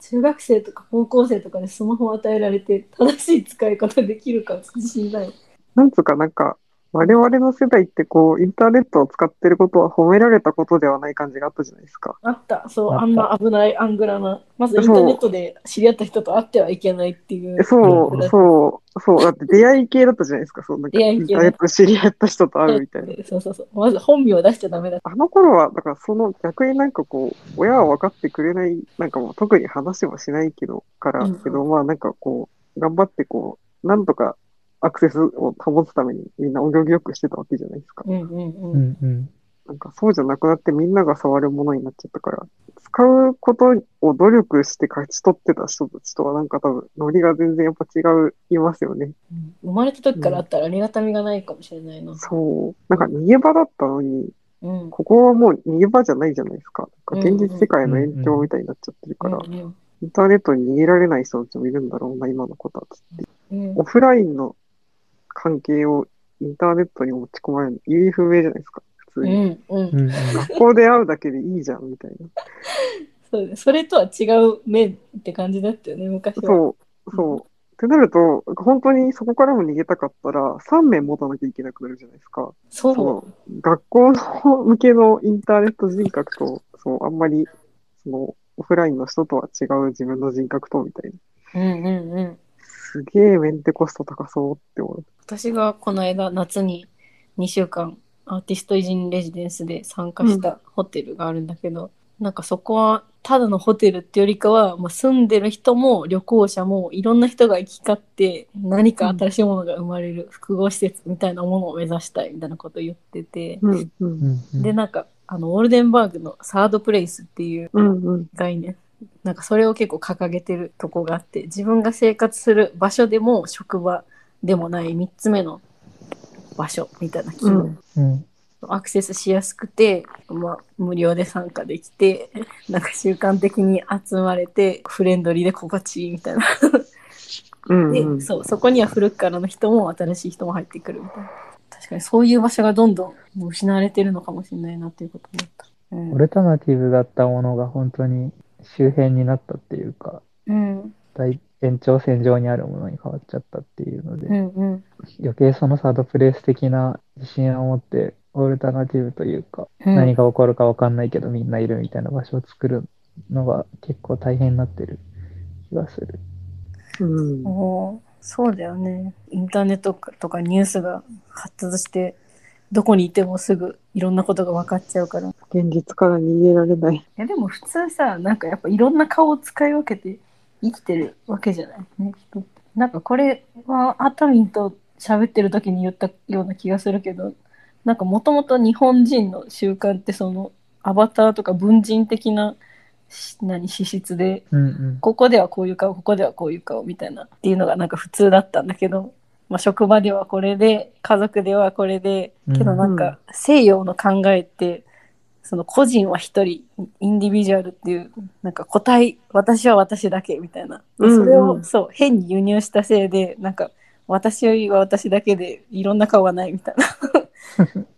中学生とか高校生とかでスマホを与えられて正しい使い方できるか自信ない。なんつうかなんか、我々の世代ってこう、インターネットを使ってることは褒められたことではない感じがあったじゃないですか。あった、そう、あったあんま危ないアングラな。まずインターネットで知り合った人と会ってはいけないっていう。そうんう、そう、そう、だって出会い系だったじゃないですか、そう、なんか、出会イいン系ターネットで知り合った人と会うみたいな。そうそうそう。まず本名を出しちゃダメだ。あの頃は、だからその逆になんかこう、親は分かってくれない、なんかもう特に話もしないけど、から、けど、まあなんかこう、頑張ってこう、なんとかアクセスを保つためにみんなお行儀よくしてたわけじゃないですか。うんうんううん。んうん。なんかそうじゃなくなってみんなが触るものになっちゃったから、使うことを努力して勝ち取ってた人たちとはなんか多分、ノリが全然やっぱ違う、いますよね。生まれた時からあったらありがたみがないかもしれないな。そう。なんか逃げ場だったのに、うん。うんここはもう逃げ場じゃないじゃないですか。なんか現実世界のうんうん延長みたいになっちゃってるから、うんインターネットに逃げられない人たちもいるんだろうな、今の子たちって。うんオフラインの関係をインターネットに持ち込まれるの意味不明じゃないですか、普う通に。んうんうんうん。学校で会うだけでいいじゃん、みたいな。そうですそれとは違う面って感じだったよね、昔は。そう、そう。ってなると、本当にそこからも逃げたかったら、3面持たなきゃいけなくなるじゃないですか。そうその学校の 向けのインターネット人格と、そう、あんまり、その、オフラインの人とは違う自分の人格と、みたいな。うんうんうん。すげえメンテコスト高そうって思う。私がこの間夏に2週間アーティスト偉人レジデンスで参加したホテルがあるんだけど、なんかそこはただのホテルってよりかは、まあ、住んでる人も旅行者もいろんな人が行き交って何か新しいものが生まれる複合施設みたいなものを目指したいみたいなことを言ってて、うん、う、うんんうんでなんかあのオールデンバーグのサードプレイスっていううん、うん、概念なんかそれを結構掲げてるとこがあって自分が生活する場所でも職場でもない3つ目の場所みたいな機能、うんうんアクセスしやすくて、まあ、無料で参加できて なんか習慣的に集まれてフレンドリーで心地いいみたいなうん、で、うん。そうそこには古くからの人も新しい人も入ってくるみたいな確かにそういう場所がどんどん失われてるのかもしれないなっていうこと思った。うんオルタナティブだったものが本当に周辺になったっていうか、うん大延長線上にあるものに変わっちゃったっていうので、うんうん余計そのサードプレイス的な自信を持って、オルタナティブというか、うん何が起こるか分かんないけどみんないるみたいな場所を作るのが結構大変になってる気がする。うんおーそうだよねインターネットとかニュースが発達してどこにいてもすぐいろんなことが分かっちゃうからい現実から逃げられない。やでも普通さなんかやっぱいろんな顔を使い分けて生きてるわけじゃないね人ってなんかこれはアタミンと喋ってる時に言ったような気がするけどなんかもともと日本人の習慣ってそのアバターとか文人的なし何資質でうんうん。ここではこういう顔ここではこういう顔みたいなっていうのがなんか普通だったんだけど、まあ、職場ではこれで家族ではこれでけどなんうんか西洋の考えってその個人は一人インディビジュアルっていうなんか個体私は私だけみたいなでうんそれうをんそう変に輸入したせいでなんか私は私だけでいろんな顔はないみたいな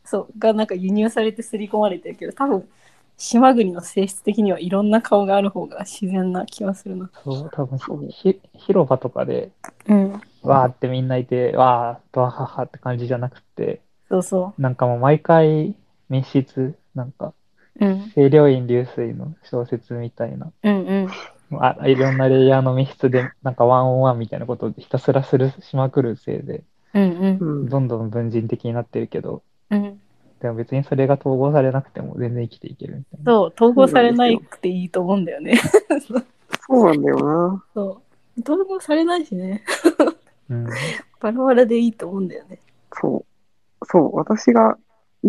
そうがなんか輸入されて刷り込まれてるけど多分島国の性質的にはいろんな顔がある方が自然な気はするな。そう、多そう分ひ広場とかで、うん、わーってみんないて、わーっとわははって感じじゃなくて、そうそなんかもう毎回密室、なんか、う。うん、清涼院流水の小説みたいな、うん、うん。あいろんなレイヤーの密室で、なんかワンオンワンみたいなことをひたすらするしまくるせいで、うん、うん、どんどん文人的になってるけど、うん。でも別にそれが統合されなくても全然生きていけるみたいな。そう、統合されないくていいと思うんだよね。そうなんだよな。そう。統合されないしね。うんバラバラでいいと思うんだよね。そう。そう。私が、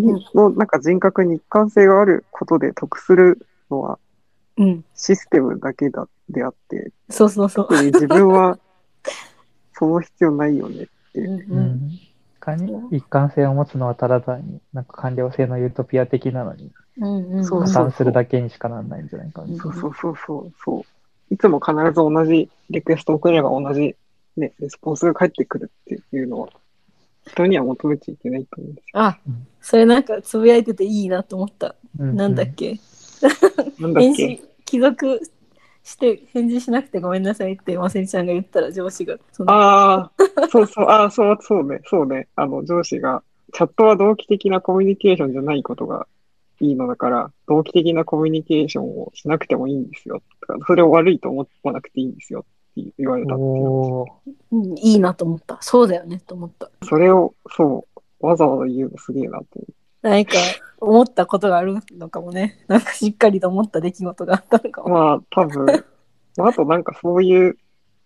んの、なんか人格に一貫性があることで得するのはうん。システムだけだ、であって、そうそうそう。特に自分は、その必要ないよね。うんううん。んかに一貫性を持つのはただ単になんか官僚性のユートピア的なのにうんうん。そう加そう算するだけにしかならないんじゃないかな。そうそうそうそうそう。いつも必ず同じリクエストを送れば同じ、ね、レスポンスが返ってくるっていうのは、人には求めちゃいけないと思うんですあうん、それなんかつぶやいてていいなと思った。うなんだっけよ。なんだっ遠け視、貴族して返事しなくてごめんなさいってまさみちゃんが言ったら上司がそのああ、そうそう、ああ、そう、そうね、そうね。あの、上司が、チャットは同期的なコミュニケーションじゃないことがいいのだから、同期的なコミュニケーションをしなくてもいいんですよ。だからそれを悪いと思わなくていいんですよって言われたっていう。おーうんいいなと思ったそうだよねと思ったそれを、そう、わざわざ言うのすげえなと思う。何か思ったことがあるのかもねなんかしっかりと思った出来事があったのかも、まあ、多分、まあ、あとなんかそういう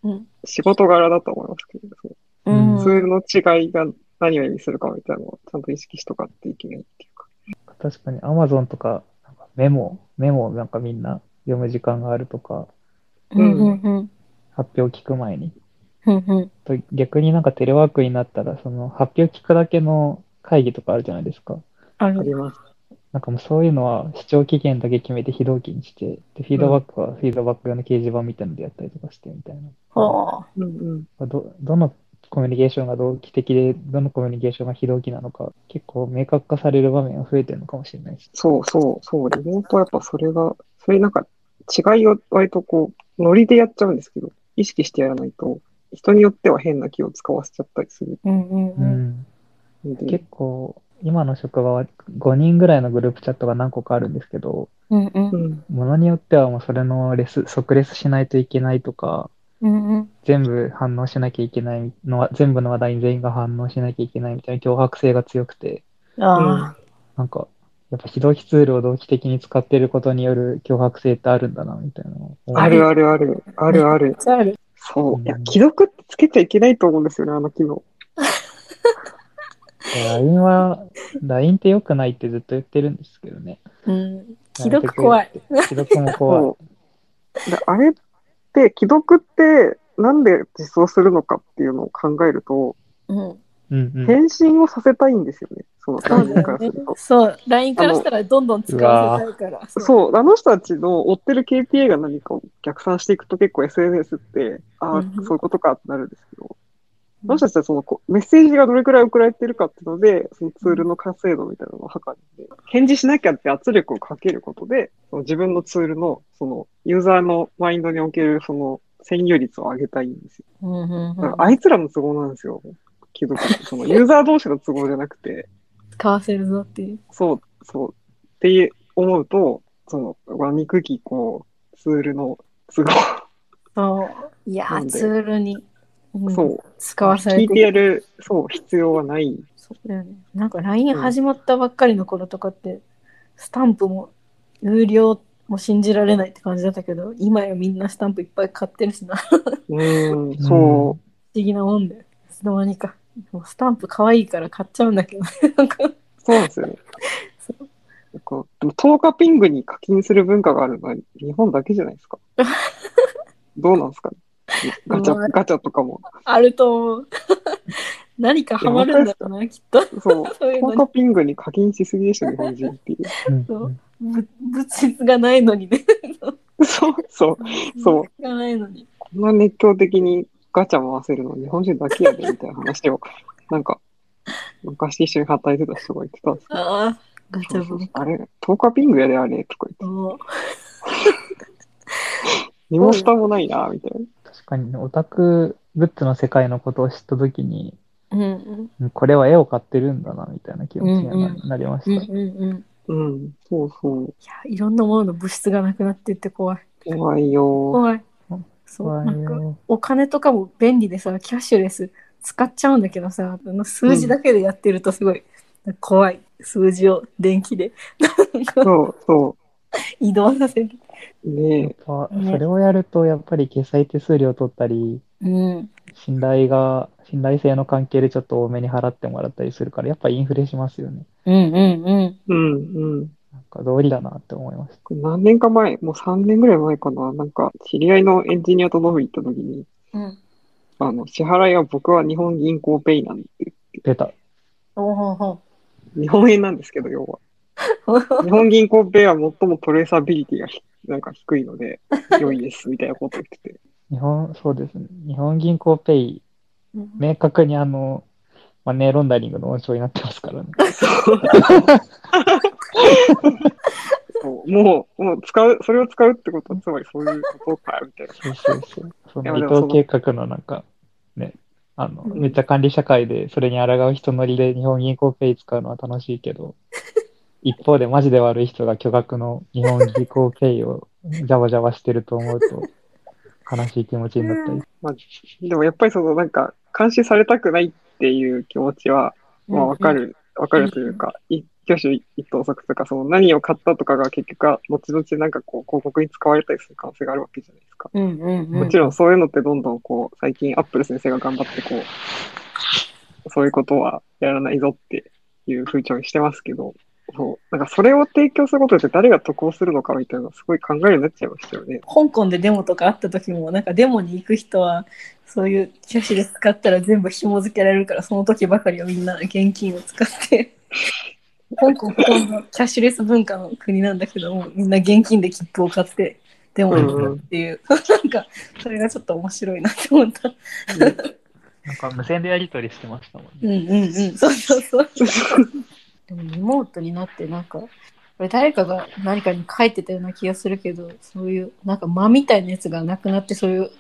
うん仕事柄だと思いますけど、そうううんん、ツールの違いが何を意味するかみたいなのをちゃんと意識しとかっていけないっていうか。確かに Amazon とかなんかメモ、メモをなんかみんな読む時間があるとか、うんうんうん発表聞く前に。うんうんと逆になんかテレワークになったら、その発表聞くだけの会議とかあるじゃないですか。あありるます。なんかもうそういうのは視聴期限だけ決めて非同期にして、で、フィードバックはフィードバック用の掲示板みたいなのでやったりとかしてみたいな。はあうんうん。ど、どのコミュニケーションが同期的で、どのコミュニケーションが非同期なのか、結構明確化される場面が増えてるのかもしれないです。そうそう、そう、リモートはやっぱそれが、そういうなんか違いを割とこう、ノリでやっちゃうんですけど、意識してやらないと、人によっては変な気を使わせちゃったりするうんうんううんん。ので、結構、今の職場は5人ぐらいのグループチャットが何個かあるんですけど、うんうんうん、うんものによってはもうそれのレス、即レスしないといけないとか、うんうん全部反応しなきゃいけないのは、全部の話題に全員が反応しなきゃいけないみたいな脅迫性が強くて、あなんか、やっぱ非同期ツールを同期的に使ってることによる脅迫性ってあるんだな、みたいなのを。あるあるある、あるある。あ、ある。そうう。んいや、既読ってつけちゃいけないと思うんですよね、あの機能。 LINE は、LINE って良くないってずっと言ってるんですけどね。うん。既読怖い。既読 も怖い。そう。で、あれって、既読って、なんで実装するのかっていうのを考えると、うん。うんうん。返信をさせたいんですよね。そのそう LINE だかよらすねると。。そう。LINE からしたらどんどん使わせたいから。う。そう、あの人たちの追ってる KPI が何かを逆算していくと結構 SNS って、ああ、うんうんそういうことかってなるんですけど、あの人たちはそのこうメッセージがどれくらい送られてるかっていうので、そのツールの完成度みたいなのを測って、返事しなきゃって圧力をかけることで、その自分のツールの、そのユーザーのマインドにおけるその占有率を上げたいんですよ。うんうんだうかんらあいつらの都合なんですよ。既読ってそのユーザー同士の都合じゃなくて、使わせるぞっていう。そう、そう、って思うと、その、わ憎き、こう、ツールの都そう。いやなー、んでツールに、う合、んそう、使わさ聞れいててやる、そう、必要はない。そうだよね。なんか LINE 始まったばっかりの頃とかって、スタンプも有料も信じられないって感じだったけど、今やみんなスタンプいっぱい買ってるしな。 不うん、そ思議なもんで、いつの間にか。もうスタンプ可愛いから買っちゃうんだけど、なんか。う、そうなんですよねそ。なんかでも10日ピングに課金する文化があるのは日本だけじゃないです か。どうなんですかねガチうまいャ、ガチャとかも。あると思う。 何かハマるんだろうな、きっと。そう、そういうの10に日ピングに課金しすぎでしょ、日本人っていう。うんそううんぶ物質がないのにね。そう、 そう、そう物質がないのに。こんな熱狂的にガチャ回せるの日本人だけやでみたいな話を、 なんか、昔一緒に働いてた人が言ってたんですけああ、ガチど、ャブロあれ、10日ピングやであれとか言って、も荷物下もないな、みたいな。確かにね、オタクグッズの世界のことを知ったときに、う、うんうんうんこれは絵を買ってるんだな、みたいな気持ちにはな,、うんうなりまうしんた。うんうん。うん、そうそう。いや、いろんなものの物質がなくなってって怖い。怖いよ。怖いうん。そう、怖ないんかよお金とかも便利でさ、キャッシュレス使っちゃうんだけどさ、あの数字だけでやってるとすごい怖い。数字を電気でなんか そうそ移動させる。う。ねえ。やっぱねそれをやると、やっぱり決済手数料取ったり、うん。信頼が、信頼性の関係でちょっと多めに払ってもらったりするから、やっぱインフレしますよね。うんうんうん。うんうん。なんか道理だなって思いました。これ何年か前、もう3年ぐらい前かな、なんか、知り合いのエンジニアと飲みに行った時に、うん、あの、支払いは僕は日本銀行ペイなんで、出た。おほほ。日本円なんですけど、要は。日本銀行ペイは最もトレーサビリティがひなんか低いので、良いですみたいなこと言ってて。日本、そうですね。日本銀行ペイ、ね、明確にあの、マネーロンダリングの温床になってますからね。そうそうもう、もう使う、それを使うってことは、つまりそういうことか、みたいな。そうそうそう。そいやのでも離そ島の計画のなんか、ね、あの、うんめっちゃ管理社会で、それに抗う人乗りで日本銀行ペイ使うのは楽しいけ ど、一方でマジで悪い人が巨額の日本銀行ペイをジャバジャバしてると思うと、悲しい気持ちになったり。まあ、でもやっぱりその、なんか、監視されたくないっていう気持ちは、まあ、わか。る、わかるというか、一挙手一投足とか、その何を買ったとかが結局は、後々なんかこう、広告に使われたりする可能性があるわけじゃないですか。うんうんうん。もちろんそういうのってどんどんこう、最近アップル先生が頑張ってこう、そういうことはやらないぞっていう風潮にしてますけど、そう、なんかそれを提供することで誰が得をするのかみたいなのすごい考えるようになっちゃいましたよね。香港でデモとかあった時もなんかデモに行く人はそういうキャッシュレス使ったら全部紐付けられるからその時ばかりはみんな現金を使って香港ほとんどキャッシュレス文化の国なんだけどもみんな現金で切符を買ってデモに行くっていう、 なんかそれがちょっと面白いなって思ったなんか無線でやり取りしてましたもんうんうんうんそうそうそうでもリモートになってなんかこれ誰かが何かに書いてたような気がするけどそういうなんか間みたいなやつがなくなってそういう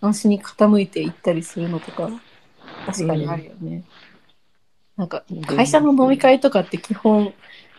監視に傾いていったりするのとか確かにあるよね。なんか会社の飲み会とかって基本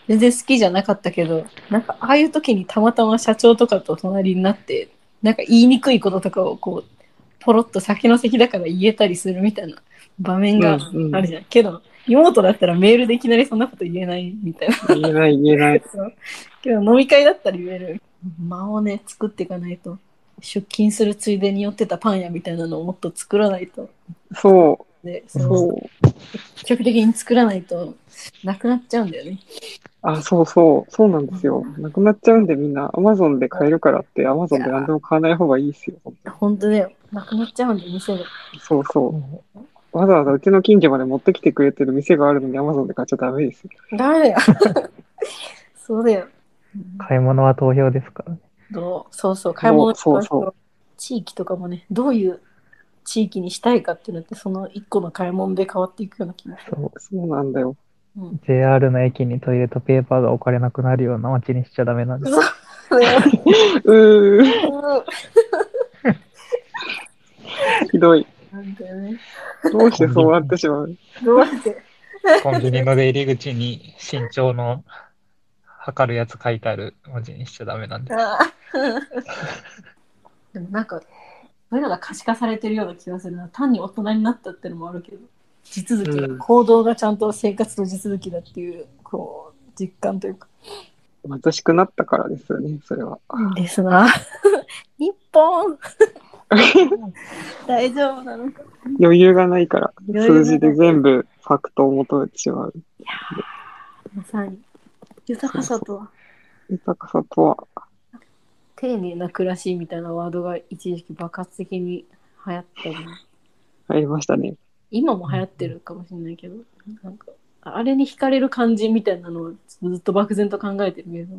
全然好きじゃなかったけどなんかああいう時にたまたま社長とかと隣になってなんか言いにくいこととかをこうポロッと先の席だから言えたりするみたいな場面がうんうんあるじゃん、けど妹だったらメールでいきなりそんなこと言えないみたいな 言えない言えない。そうけど飲み会だったら言える間をね作っていかないと出勤するついでに寄ってたパン屋みたいなのをもっと作らないとそでう、そのそう。積極的に作らないとなくなっちゃうんだよねあ、そうそう、そうなんですよ。なくなっちゃうんでみんな、アマゾンで買えるからって、アマゾンで何でも買わない方がいいですよ。本当だよなくなっちゃうんで店がそうそう。ね。わざわざうちの近所まで持ってきてくれてる店があるのに、アマゾンで買っちゃダメですよ。ダメだよ そうだよ買い物は投票ですからね。どうそうそう買い物そうそう地域とかもねどういう地域にしたいかっていうのってその一個の買い物で変わっていくような気がする、そう。そうなんだよ。うん JR の駅にトイレットペーパーが置かれなくなるような街にしちゃダメなんです。そうだようー、ひどい。 なんだよねどうしてそうなってしまうどうしてコンビニの出入り口に身長の測るやつ書いてある文字にしちゃダメなんで。あー でもなんかそういうのが可視化されてるような気がするな単に大人になったってのもあるけど地続きが、うん行動がちゃんと生活と地続きだっていうこう実感というか貧しくなったからですよね、それは。ですな 日 本大丈夫なのか余裕がないから、余裕がな数い字で全部ファクトを求めてしまう。まさに豊かさとは豊かさとは、丁寧な暮らしみたいなワードが一時期爆発的に流行ったりありましたね。今も流行ってるかもしれないけど、なんかあれに惹かれる感じみたいなのをずっと漠然と考えてるけど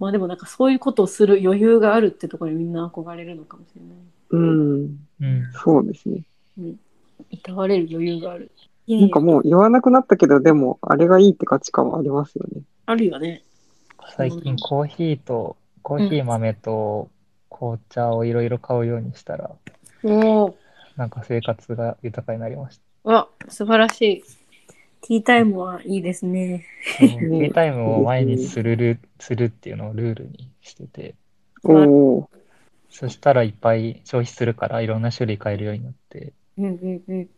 まあでもなんかそういうことをする余裕があるってところにみんな憧れるのかもしれないうん、うん。そうですね。いたわれる余裕があるなんかもう言わなくなったけど、でも、あれがいいって価値観はありますよね。あるよね最近コーヒーと、コーヒー豆と紅茶をいろいろ買うようにしたら、おおなんか生活が豊かになりま しわ素晴らしいティータイムはいいですねた。ティータイムを毎日するる、するっていうのをルールにしてて、おお、そしたらいっぱい消費するからいろんな種類買えるようになって、うんうんうん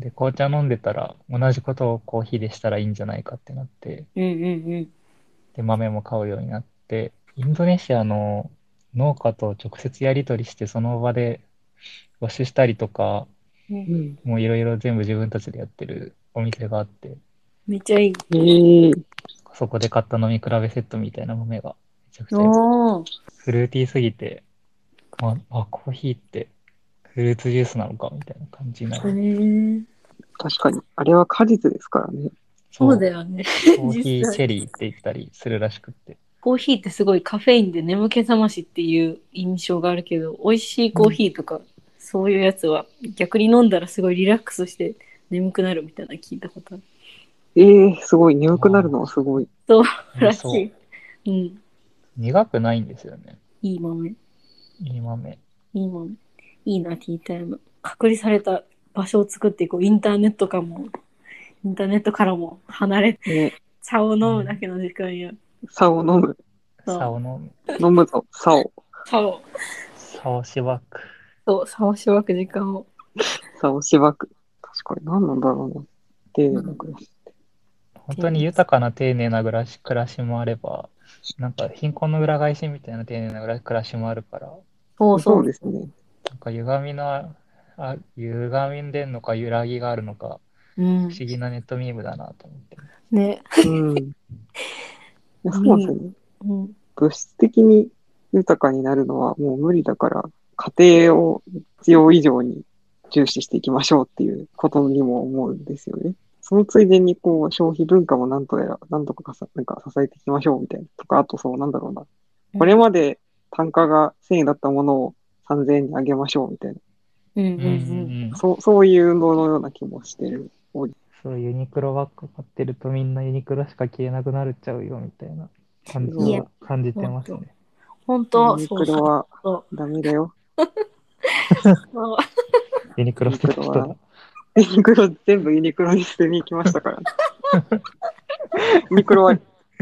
で、紅茶飲んでたら同じことをコーヒーでしたらいいんじゃないかってなって、うんうんうんで、豆も買うようになって、インドネシアの農家と直接やり取りして、その場で募集したりとか、うんうん、もういろいろ全部自分たちでやってるお店があって、めっちゃいいえー、そこで買った飲み比べセットみたいな豆がめちゃくちゃいいおおフルーティーすぎて、まあ、あコーヒーってフルーツジュースなのかみたいな感じになへる。え確かに。あれは果実ですからね。そそうだう、よねコーヒー実際チェリーって言ったりするらしくって。コーヒーってすごいカフェインで眠気覚ましっていう印象があるけど美味しいコーヒーとか、そういうやつは逆に飲んだらすごいリラックスして眠くなるみたいなの聞いたことあるえー、すごい。眠くなるのはすごい。らしい。うん、苦くないんですよね。いい豆。いいい豆。い豆。いいな、ティータイム。隔離された場所を作っていこう。インターネットかも、インターネットからも離れて、 ね、茶を飲むだけの時間や。さを飲む。そう竿の、飲むぞ、さを。茶を、竿しばく。そう、茶をしばく時間を。さをしばく。確かに何なんだろうな。丁寧な暮らし。本当に豊かな丁寧な暮らし暮らしもあれば、なんか貧困の裏返しみたいな丁寧な暮ら暮らしもあるから、そうそそうう。ですね。なんか歪みの、あ歪んでんのか揺らぎがあるのか、うん不思。議なネットミームだなと思って。ね。 うん。いやそうですよね。うん。物質的に豊かになるのはもう無理だから、家庭を必要以上に重視していきましょうっていうことにも思うんですよね。そのついでに、こう、消費文化もなんとやら、なんとかかさ、なんか支えていきましょうみたいな。とか、あとそう、なんだろうな。これまで単価が1000円だったものを3000円に上げましょうみたいうんううんんううん。んうんな。。そう、そういうののような気もしてる。そう、ユニクロばっか買ってるとみんなユニクロしか消えなくなるっちゃうよみたいな感じいをや感じてますね。本ユ当、ニそクうロそうはそダメだよ。 う。ユニクロ捨てた人ユニクロはユニクロ全部ユニクロに捨てに行きましたから、ね。 ユニクロは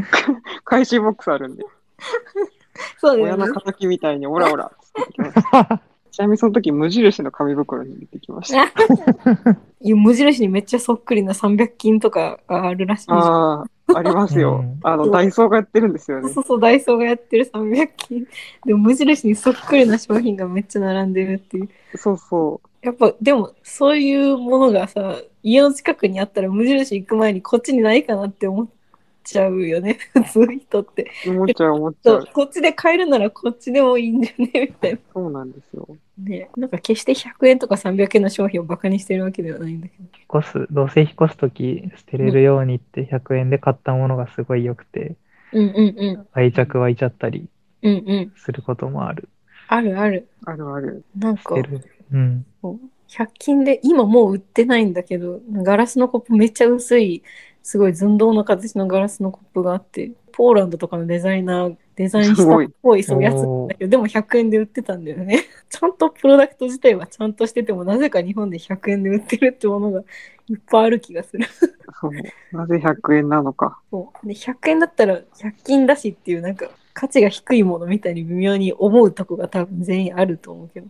回収ボックスあるんで、そうだ親よねの。敵みたいにオラオラ捨ててきました。 だ。 ちなみにその時無印の紙袋に入れてきました。いや無印にめっちゃそっくりな300均とかがあるらしいし。ああ、ありますうよん。あの、ダイソーがやってるんですよそうねそ。うそう、ダイソーがやってる300均。でも無印にそっくりな商品がめっちゃ並んでるっていう。そうそやっぱ、でも、そういうものがさ、家の近くにあったら無印行く前にこっちにないかなって思っちゃうよね、 普通の人って。う。思っちゃう思っちゃ そうう。こっちで買えるならこっちでもいいんじゃねみたいな。そうなんですよ。ね、なんか決して100円とか300円の商品をバカにしてるわけではないんだけど。引っ越す、どうせ引っ越すとき捨てれるようにって100円で買ったものがすごい良くて、うんうんうん。愛着湧いちゃったりうんうん。することもある。あるある。あるある。なんか捨、てる。うん。 100均で今もう売ってないんだけどガラスのコップめっちゃ薄いすごい寸胴の形のガラスのコップがあってポーランドとかのデザイナーデザインすしたごいっぽいそうやつなんおだーけどでも100円で売ってたんだよねちゃんとプロダクト自体はちゃんとしててもなぜか日本で100円で売ってるってものがいっぱいある気がするそう。なぜ100円なのか。そうで100円だったら100均だしっていうなんか価値が低いものみたいに微妙に思うとこが多分全員あると思うけど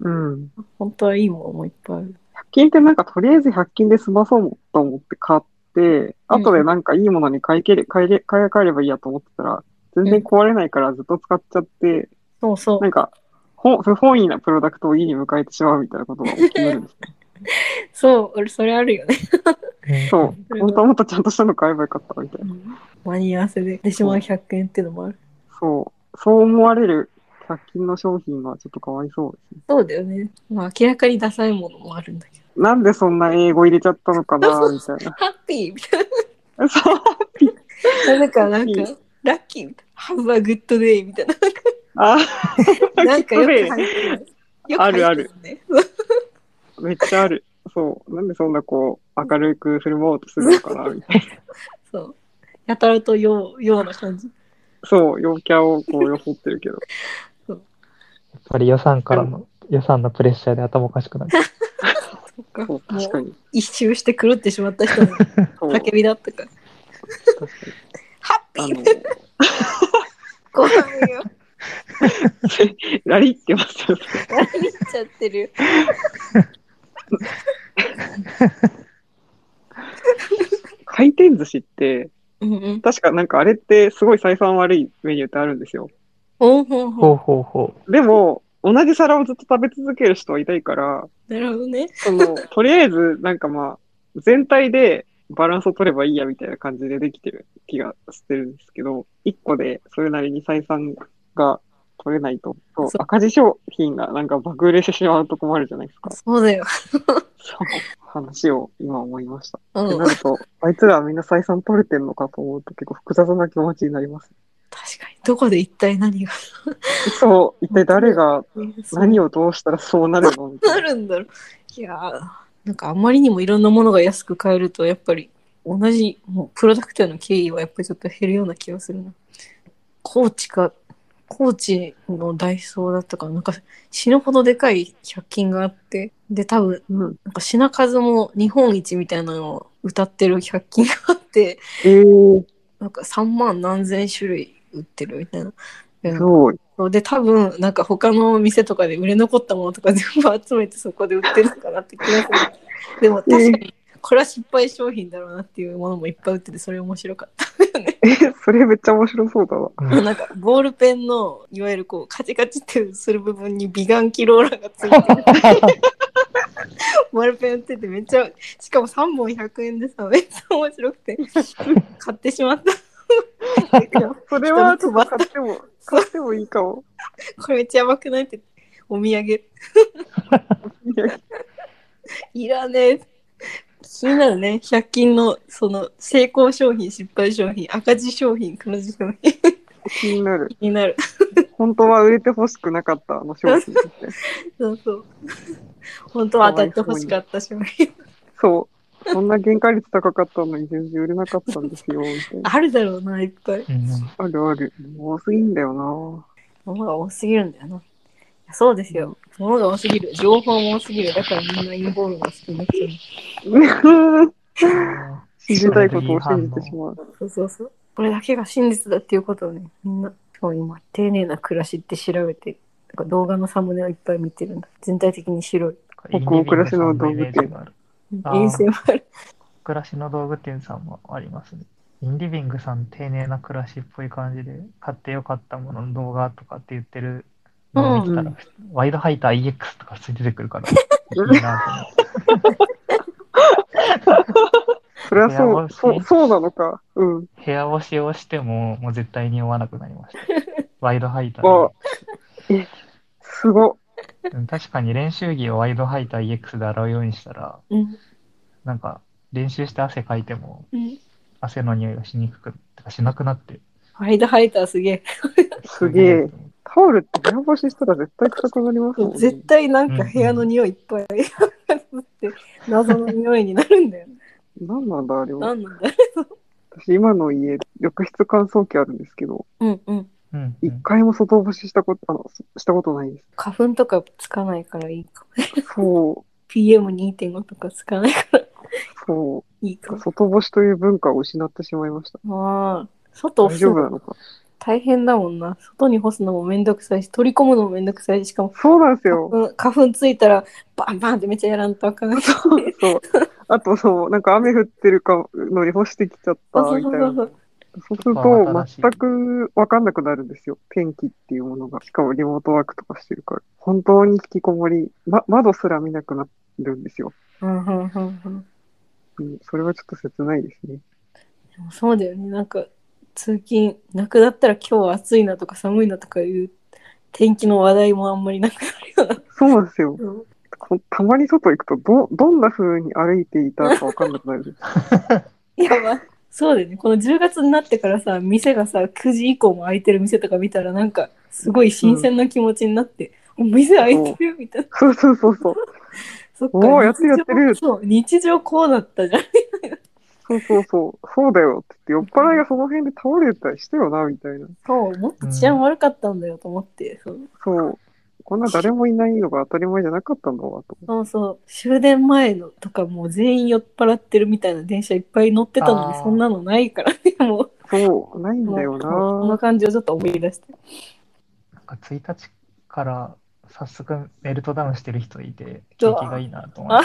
うん。本当はいいものもいっぱいある100均ってなんかとりあえず100均で済まそうと思って買って、後でなんかいいものに買いけれ買いれ買い替えればいいやと思ってたら、全然壊れないからずっと使っちゃって、そうそうなんかほ不本意なプロダクトを家に迎えてしまうみたいなことが起き るんです。そう俺それあるよねそう。本当はもっとちゃんとしたの買えばよかったみたいな。間に合わせででしまう100円っていうのもあるそう。そう思われる100均の商品はちょっとかわいそうですね。そうだよね、まあ、明らかにダサいものもあるんだけどなんでそんな英語入れちゃったのかなみたいな。ハッピーみたい そう。ななぜかなんハッピかラッキーみたいなハブはグッドデイみたいなあ、なんかよく入グっッドてるよあるある入ってるねめっちゃある。そう。なんでそんなこう、明るく振る舞おうとするのかなみたいな。そうやたらとようような感じそう、陽キャをこう、よそってるけど。やっぱり予算からの、予算のプレッシャーで頭おかしくなる。そっかそう、も確うかに。一周して狂ってしまった人のそう、確叫びだったからかに。ハッピあーの、 ご飯よ ラリってますよ。何言っちゃってる回転寿司って、うんうん確かなんかあれってすごい採算悪いメニューってあるんですよ。ほうほうほほううほうほでも、同じ皿をずっと食べ続ける人はいないから、なるほどねその、とりあえず、なんかまあ、全体でバランスを取ればいいやみたいな感じでできてる気がしてるんですけど、一個でそれなりに採算が取れないと、そうそう赤字商品がなんか爆売れしてしまうと困るじゃないですか。そうだよ、そう。話を今思いました。ってうん、なると、あいつらはみんな採算取れてんのかと思うと結構複雑な気持ちになります。確かにどこで一体何がそう、一体誰が何 をどうしたらそうなるのみたないな。るんだろういやーなんかあまりにもいろんなものが安く買えるとやっぱり同じもうプロダクトへの敬意はやっぱりちょっと減るような気がするな高知か、高知のダイソーだったかな。なんか死ぬほどでかい100均があって、で、多分、うん。なんか品数も日本一みたいなのを歌ってる100均があって、えー、なんか3万何千種類売ってるみたいな。ですごい。そうで多分なんか他の店とかで売れ残ったものとか全部集めてそこで売ってるのかなって気がするでも確かにこれは失敗商品だろうなっていうものもいっぱい売っててそれ面白かったよねえ、それめっちゃ面白そうだわ。なんかボールペンのいわゆるこうカチカチってする部分に美顔器ローラーがついてるボールペン売っててめっちゃしかも3本100円でさめっちゃ面白くて買ってしまったでそれはちょっと買っても、買ってもいいかも。これめっちゃやばくないってお土産いやいらねえ。気になるね。100均のその成功商品、失敗商品、赤字商品、黒字商品。 気になる。気になる。本当は売れてほしくなかったあの商品って。そうそう。本当は当たってほしかった商品。そう。そんな原価率高かったのに全然売れなかったんですよ、みたいな。あるだろうな、いっぱい。うんあるある。多すぎんだ よ物が多すぎるんだよな。いやそうですよ。物が多すぎる。情報も多すぎる。だからみんなインフォールが好きになっちゃな信じたいことを信じてしまう。う。そうそうそう。これだけが真実だっていうことをね、みんな、そう今、丁寧な暮らしって調べて、なんか動画のサムネをいっぱい見てるんだ。全体的に白い。北欧暮らしの道具店インディビングさんのイメージがあるあー遠征もある。暮らしの道具店さんもありますね。インリビングさん、丁寧な暮らしっぽい感じで、買ってよかったものの動画とかって言ってるのを見たら、うワイドハイター EX とか普通に出てくるから、いいなとそれはそ幸う、せそう、そうなのか。うん。思う。部屋干しをしても、もう絶対に読まなくなり ました。ワイドハイターすご。で。でも確かに練習着をワイドハイター EX で洗うようにしたら、うん。なんか練習して汗かいても、うん。汗の匂いがしにくく、てかしなくなって。ハイドハイターすげえ。すげえ。タオルって部屋干ししたら絶対臭くなりますもんね。絶対なんか部屋の匂いいっぱい。って謎の匂いになるんだよ。何なんだ、あれは。なんなんだろ私、今の家、浴室乾燥機あるんですけど、う。うんうん。うんう一ん。回も外干ししたこと、あの、したことな いです。花粉とかつかないからいいかも。そう、 PM2.5 とかつかないからそいいかう。外干しという文化を失ってしまいました。も。ああ。外干大す丈夫のなのか。大変だもんな。外に干すのもめんどくさいし、取り込むのもめんどくさいし、しかもそうなんです花よ。粉花粉ついたらバンバンってめっちゃやらんとあかんない。そうそう。あと、そう、なんか雨降ってるかのに干してきちゃったそうみたいそなう。そう。そうする新しいと、全く分かんなくなるんですよ。天気っていうものが。しかもリモートワークとかしてるから。本当に引きこもり、ま、窓すら見なくなるんですよ。うんうんうんうん。うん、それはちょっと切ないですね。でもそうだよね。なんか、通勤なくなったら今日は暑いなとか寒いなとかいう天気の話題もあんまりなくなるような。そうなんですよ。こたまに外行くと、ど、どんな風に歩いていたか分かんなくなる。 やばい。そうだよね。この10月になってからさ、店がさ、9時以降も開いてる店とか見たらなんか、すごい新鮮な気持ちになって、お店開いてるみたいな。そうそうそうそう。そっか。おーやってるやってる日常そう、日常こうだったじゃん。そうそうそう。そうだよって言って、酔っ払いがその辺で倒れたりしてよな、みたいな。そう、もっと治安悪かったんだよと思って、そうそう。こんな誰もいないのが当たり前じゃなかったんだわ、と。そうそう、終電前のとかもう全員酔っ払ってるみたいな電車いっぱい乗ってたのに、あーそんなのないからね、もう。そう、ないんだよもうこのな。感じをちょっと思い出して。なんか1日から早速メルトダウンしてる人いて、う景わ気がいいなと思っ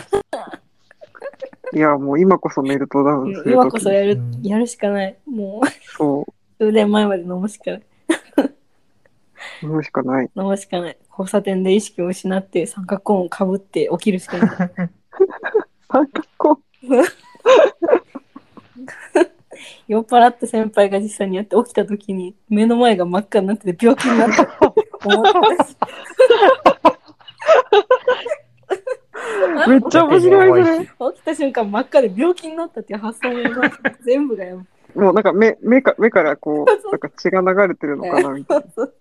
て。いや、もう今こそメルトダウンする時今こそやるうん、やるしかない。もう、そう。数年前まで飲むしかない。飲むしかない。飲むしかない。交差点で意識を失って、三角コーンをかぶって起きるしか ない。三角コーン。酔っ払って先輩が実際にやって起きた時に、目の前が真っ赤になってて病気になったと思ったし。 めっちゃ面白いそれ。起きた瞬間真っ赤で病気になったっていう発想もやばい全部がやばいもうなんか目、目か、目からこそうそうう、なんか血が流れてるのかなみたいそう